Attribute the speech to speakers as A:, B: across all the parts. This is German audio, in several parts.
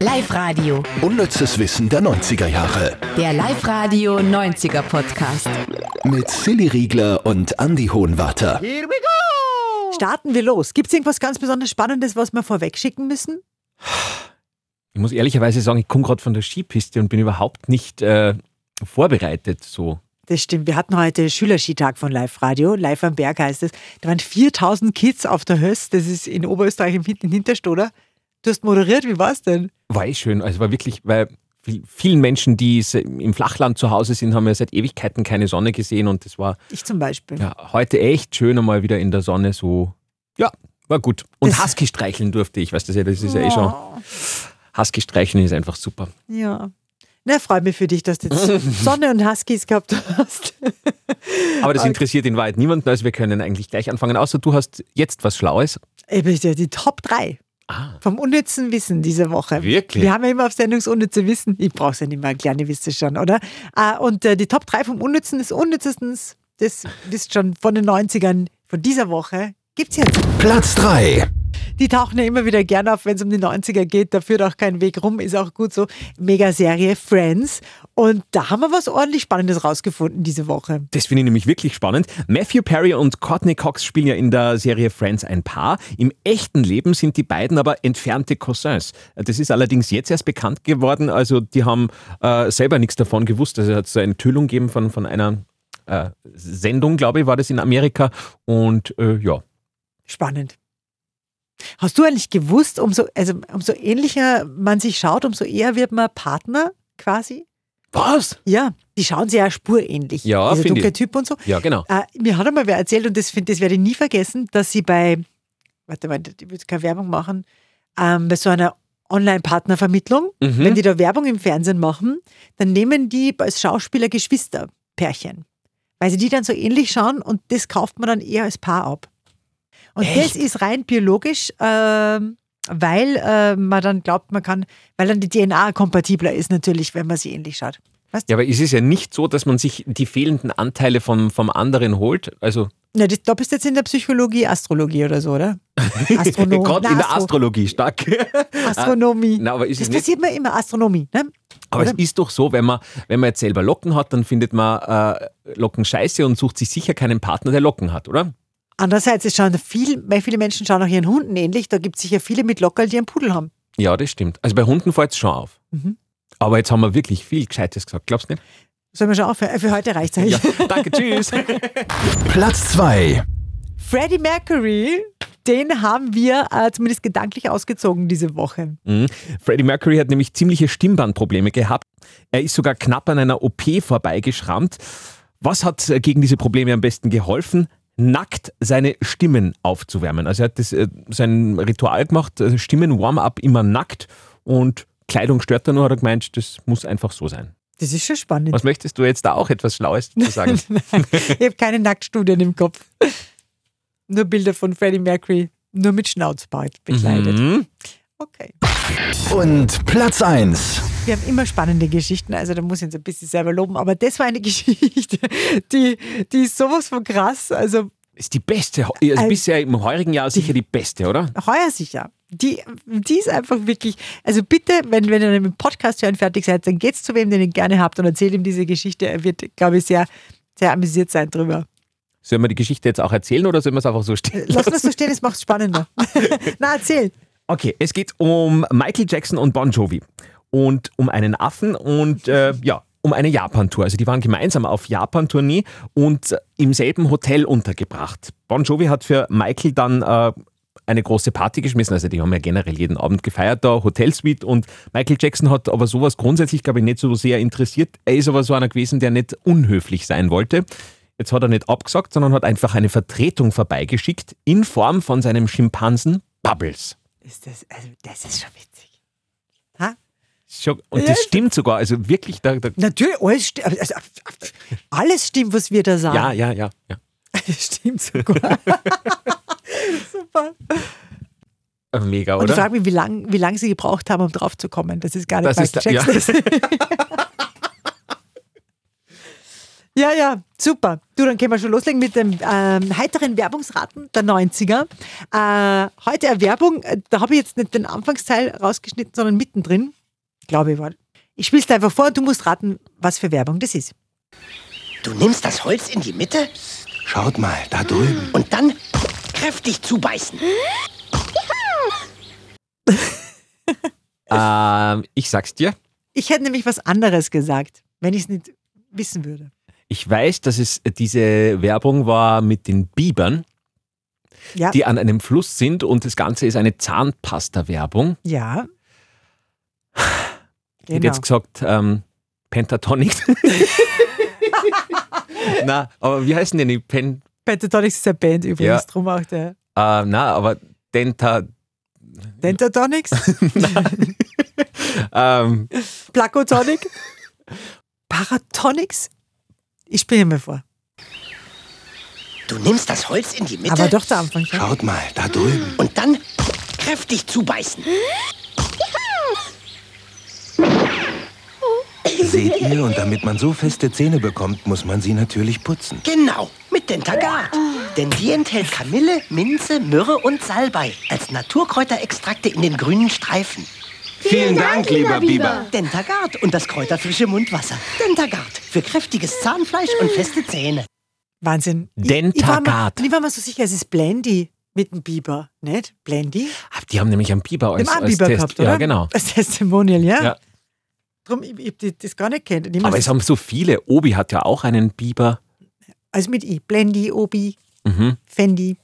A: Live-Radio.
B: Unnützes Wissen der 90er Jahre.
A: Der Live-Radio 90er Podcast.
B: Mit Silly Riegler und Andy Hohenwarter.
C: Starten wir los. Gibt es irgendwas ganz besonders Spannendes, was wir vorweg schicken müssen?
D: Ich muss ehrlicherweise sagen, ich komme gerade von der Skipiste und bin überhaupt nicht äh, vorbereitet so.
C: Das stimmt. Wir hatten heute Schülerskitag von Live Radio. Live am Berg heißt es. Da waren 4000 Kids auf der Höss. Das ist in Oberösterreich im Hin- in Hinterstoder. Du hast moderiert. Wie war's denn?
D: War eh schön. Also war wirklich, weil viel, vielen Menschen, die se- im Flachland zu Hause sind, haben ja seit Ewigkeiten keine Sonne gesehen und es war
C: Ich zum Beispiel.
D: ja, heute echt schön einmal wieder in der Sonne so. Ja, war gut. Und
C: Das-
D: Husky streicheln durfte ich, weißt du, das ist ja- das ist ja eh schon. Husky streicheln ist einfach super.
C: Ja. Na, freut mich für dich, dass du jetzt Sonne und Huskies gehabt hast.
D: Aber das interessiert in Wahrheit niemanden, also wir können eigentlich gleich anfangen, außer du hast jetzt was Schlaues.
C: Eben ist ja die Top 3
D: Ah.
C: vom unnützen Wissen diese Woche.
D: Wirklich?
C: Wir haben ja immer auf Sendung das unnütze Wissen. Ich brauche es ja nicht mehr, kleine wisst ihr schon, oder? Ah, Und äh, die Top 3 vom unnützen des unnützestens, das wisst schon von den 90ern, von dieser Woche, gibt's jetzt.
B: Platz 3.
C: Die tauchen ja immer wieder gerne auf, wenn es um die 90er geht. Da führt auch kein Weg rum, ist auch gut so. Mega-Serie Friends. Und da haben wir was ordentlich Spannendes rausgefunden diese Woche.
D: Das finde ich nämlich wirklich spannend. Matthew Perry und Courtney Cox spielen ja in der Serie Friends ein Paar. Im echten Leben sind die beiden aber entfernte Cousins. Das ist allerdings jetzt erst bekannt geworden. Also die haben äh, selber nichts davon gewusst. Also es hat so eine Enthüllung gegeben von, von einer äh, Sendung, glaube ich, war das in Amerika. Und äh, ja,
C: Spannend. Hast du eigentlich gewusst, umso, also, umso ähnlicher man sich schaut, umso eher wird man Partner quasi?
D: was?
C: Ja, die schauen sehr spurähnlich.
D: Ja,
C: Dieser
D: find
C: dunkle
D: ich.
C: Typ und so.
D: Ja, genau.
C: Äh, mir hat einmal wer erzählt, und das, find, das werde ich nie vergessen, dass sie bei, warte mal, ich will jetzt keine Werbung machen, ähm, bei so einer Online-Partnervermittlung,
D: Mhm.
C: wenn die da Werbung im Fernsehen machen, dann nehmen die als Schauspieler Geschwisterpärchen, weil sie die dann so ähnlich schauen und das kauft man dann eher als Paar ab. Und das ist rein biologisch, ähm, weil äh, man dann glaubt, man kann, weil dann die DNA kompatibler ist natürlich, wenn man sie ähnlich schaut. Weißt du?
D: Ja, aber es ist ja nicht so, dass man sich die fehlenden Anteile vom, vom anderen holt. Also
C: Na, das, da bist du jetzt in der Psychologie, Astrologie oder so, oder? Astronom-
D: gerade
C: na,
D: in der
C: Astro-
D: Astrologie stark.
C: Astronomie.
D: Na, aber ist
C: das
D: es nicht
C: passiert mir immer, Astronomie. Ne?
D: Aber
C: Oder?
D: es ist doch so, wenn man, wenn man jetzt selber Locken hat, dann findet man äh, Locken scheiße und sucht sich sicher keinen Partner, der Locken hat, oder?
C: Andererseits, es schauen viel, weil viele Menschen schauen auch ihren Hunden ähnlich. Da gibt es sicher viele mit Lockerl, die einen Pudel haben.
D: Ja, das stimmt. Also bei Hunden fällt es schon auf.
C: Mhm.
D: Aber jetzt haben wir wirklich viel Gescheites gesagt, glaubst du nicht?
C: Sollen wir schon aufhören? Äh, Für heute reicht es eigentlich.
D: Ja, danke, tschüss.
B: Platz 2.
C: Freddie Mercury, den haben wir äh, zumindest gedanklich ausgezogen diese Woche.
D: Mhm. Freddie Mercury hat nämlich ziemliche Stimmbandprobleme gehabt. Er ist sogar knapp an einer OP vorbeigeschrammt. Was hat äh, gegen diese Probleme am besten geholfen? Nackt seine Stimmen aufzuwärmen. Also er hat das, äh, sein Ritual gemacht, also Stimmen-Warm-up immer nackt und Kleidung stört er nur, hat er gemeint, das muss einfach so sein.
C: Das ist schon spannend.
D: Was möchtest du jetzt da auch etwas Schlaues zu sagen?
C: ich habe keine Nacktstudien im Kopf. Nur Bilder von Freddie Mercury, nur mit Schnauzbart bekleidet.
D: Mhm.
C: Okay.
B: Und Platz 1.
C: Wir haben immer spannende Geschichten, also da muss ich uns ein bisschen selber loben, aber das war eine Geschichte, die, die ist sowas von krass, also
D: Ist die beste, also
C: Ein-
D: bisher im heurigen Jahr sicher die beste, oder?
C: heuer sicher. Die, die ist einfach wirklich, also bitte, wenn, wenn ihr dann mit dem Podcast hören fertig seid, dann geht's zu wem, den ihr gerne habt und erzählt ihm diese Geschichte. Er wird, glaube ich, sehr, sehr amüsiert sein drüber.
D: Sollen wir die Geschichte jetzt auch erzählen oder sollen wir es einfach so stehen?
C: Lass das so stehen, es macht's spannender. Na, erzähl.
D: Okay, es geht um Michael Jackson und Bon Jovi und um einen Affen und äh, ja, um eine Japan-Tour. Also die waren gemeinsam auf Japan-Tournee und im selben Hotel untergebracht. Bon Jovi hat für Michael dann äh, eine große Party geschmissen. Also die haben ja generell jeden Abend gefeiert da, Hotelsuite und Michael Jackson hat aber sowas grundsätzlich, glaube ich, nicht so sehr interessiert. Er ist aber so einer gewesen, der nicht unhöflich sein wollte. Jetzt hat er nicht abgesagt, sondern hat einfach eine Vertretung vorbeigeschickt in Form von seinem Schimpansen Bubbles.
C: Ist das, also das ist schon witzig.
D: Schon, und
C: Ja,
D: das
C: ist-
D: stimmt sogar. Also wirklich, da, da,
C: Natürlich, alles, sti- also, alles stimmt, was wir da sagen.
D: ja, ja, ja, ja.
C: Stimmt sogar. Super.
D: Äh, Mega,
C: Und ich
D: oder?
C: frage mich, wie lange wie lang sie gebraucht haben, um drauf zu kommen. Das ist gar nicht
D: Das ist
C: Michael
D: da-
C: Jackson. Ja. ja, super. Du, dann können wir schon loslegen mit dem ähm, heiteren Werbungsraten der 90er. Äh, heute eine Werbung, äh, da habe ich jetzt nicht den Anfangsteil rausgeschnitten, sondern mittendrin. Glaube ich war. Ich spiel's dir einfach vor und du musst raten, was für Werbung das ist.
E: Du nimmst das Holz in die Mitte
B: Schaut mal, da drüben.
E: und dann kräftig zubeißen.
D: Ähm, ich sag's dir.
C: Ich hätte nämlich was anderes gesagt, wenn ich es nicht wissen würde.
D: Ich weiß, dass es diese Werbung war mit den Bibern,
C: Ja,
D: die an einem Fluss sind und das Ganze ist eine Zahnpasta-Werbung.
C: ja.
D: Ich
C: Genau.
D: hätte jetzt gesagt, ähm, Pentatonic. na, aber wie heißen denn die Pen...
C: Pentatonics ist eine Band übrigens,
D: Ja.
C: drum auch der
D: Äh, na, aber Denta...
C: Dentatonics,
D: Ähm,
C: Placotonic, Paratonics. Ich spiele mir vor.
E: Du nimmst das Holz in die Mitte
C: Aber doch der Anfang. schon.
B: Schaut mal, da drüben.
E: und dann kräftig zubeißen.
B: Seht ihr, und damit man so feste Zähne bekommt, muss man sie natürlich putzen.
E: Genau, mit Dentagard. Denn die enthält Kamille, Minze, Myrrhe und Salbei als Naturkräuterextrakte in den grünen Streifen.
B: Vielen Dank, lieber Biber.
E: Dentagard und das kräuterfrische Mundwasser. Dentagard für kräftiges Zahnfleisch und feste Zähne.
C: Wahnsinn. Ich- Ich war,
D: Dentagard.
C: mir, ich war mir so sicher, es ist Blendy mit dem Biber, nicht? Blendy?
D: ah, die haben nämlich einen Biber als,
C: Dem haben
D: als
C: Biber
D: Test.
C: gehabt, oder?
D: Ja, genau.
C: Als Testimonial, ja.
D: Ja.
C: Drum, ich, ich hab das gar nicht kennt.
D: Aber es haben so viele. Obi hat ja auch einen Biber.
C: also mit I. Blendy, Obi,
D: Mhm.
C: Fendi,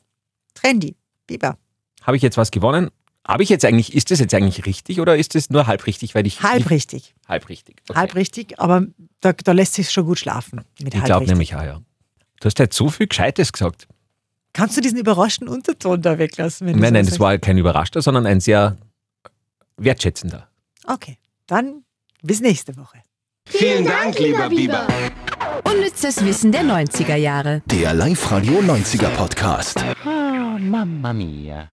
C: Trendy, Biber.
D: Habe ich jetzt was gewonnen? Habe ich jetzt eigentlich, ist das jetzt eigentlich richtig oder ist das nur halb richtig, weil ich
C: Halb richtig.
D: halb richtig. Okay.
C: Halb richtig, aber da, da lässt sich schon gut schlafen. Mit
D: Ich
C: halb
D: glaube
C: richtig.
D: nämlich auch, ja. Du hast halt so viel Gescheites gesagt.
C: Kannst du diesen überraschten Unterton da weglassen? Wenn du
D: nein,
C: so
D: nein, das
C: sagst?
D: war kein überraschter, sondern ein sehr wertschätzender.
C: Okay, dann bis nächste Woche.
F: Vielen Dank, lieber Biber.
A: Unnützes Wissen der 90er Jahre.
B: Der Live-Radio 90er Podcast.
G: Ah, mamma mia.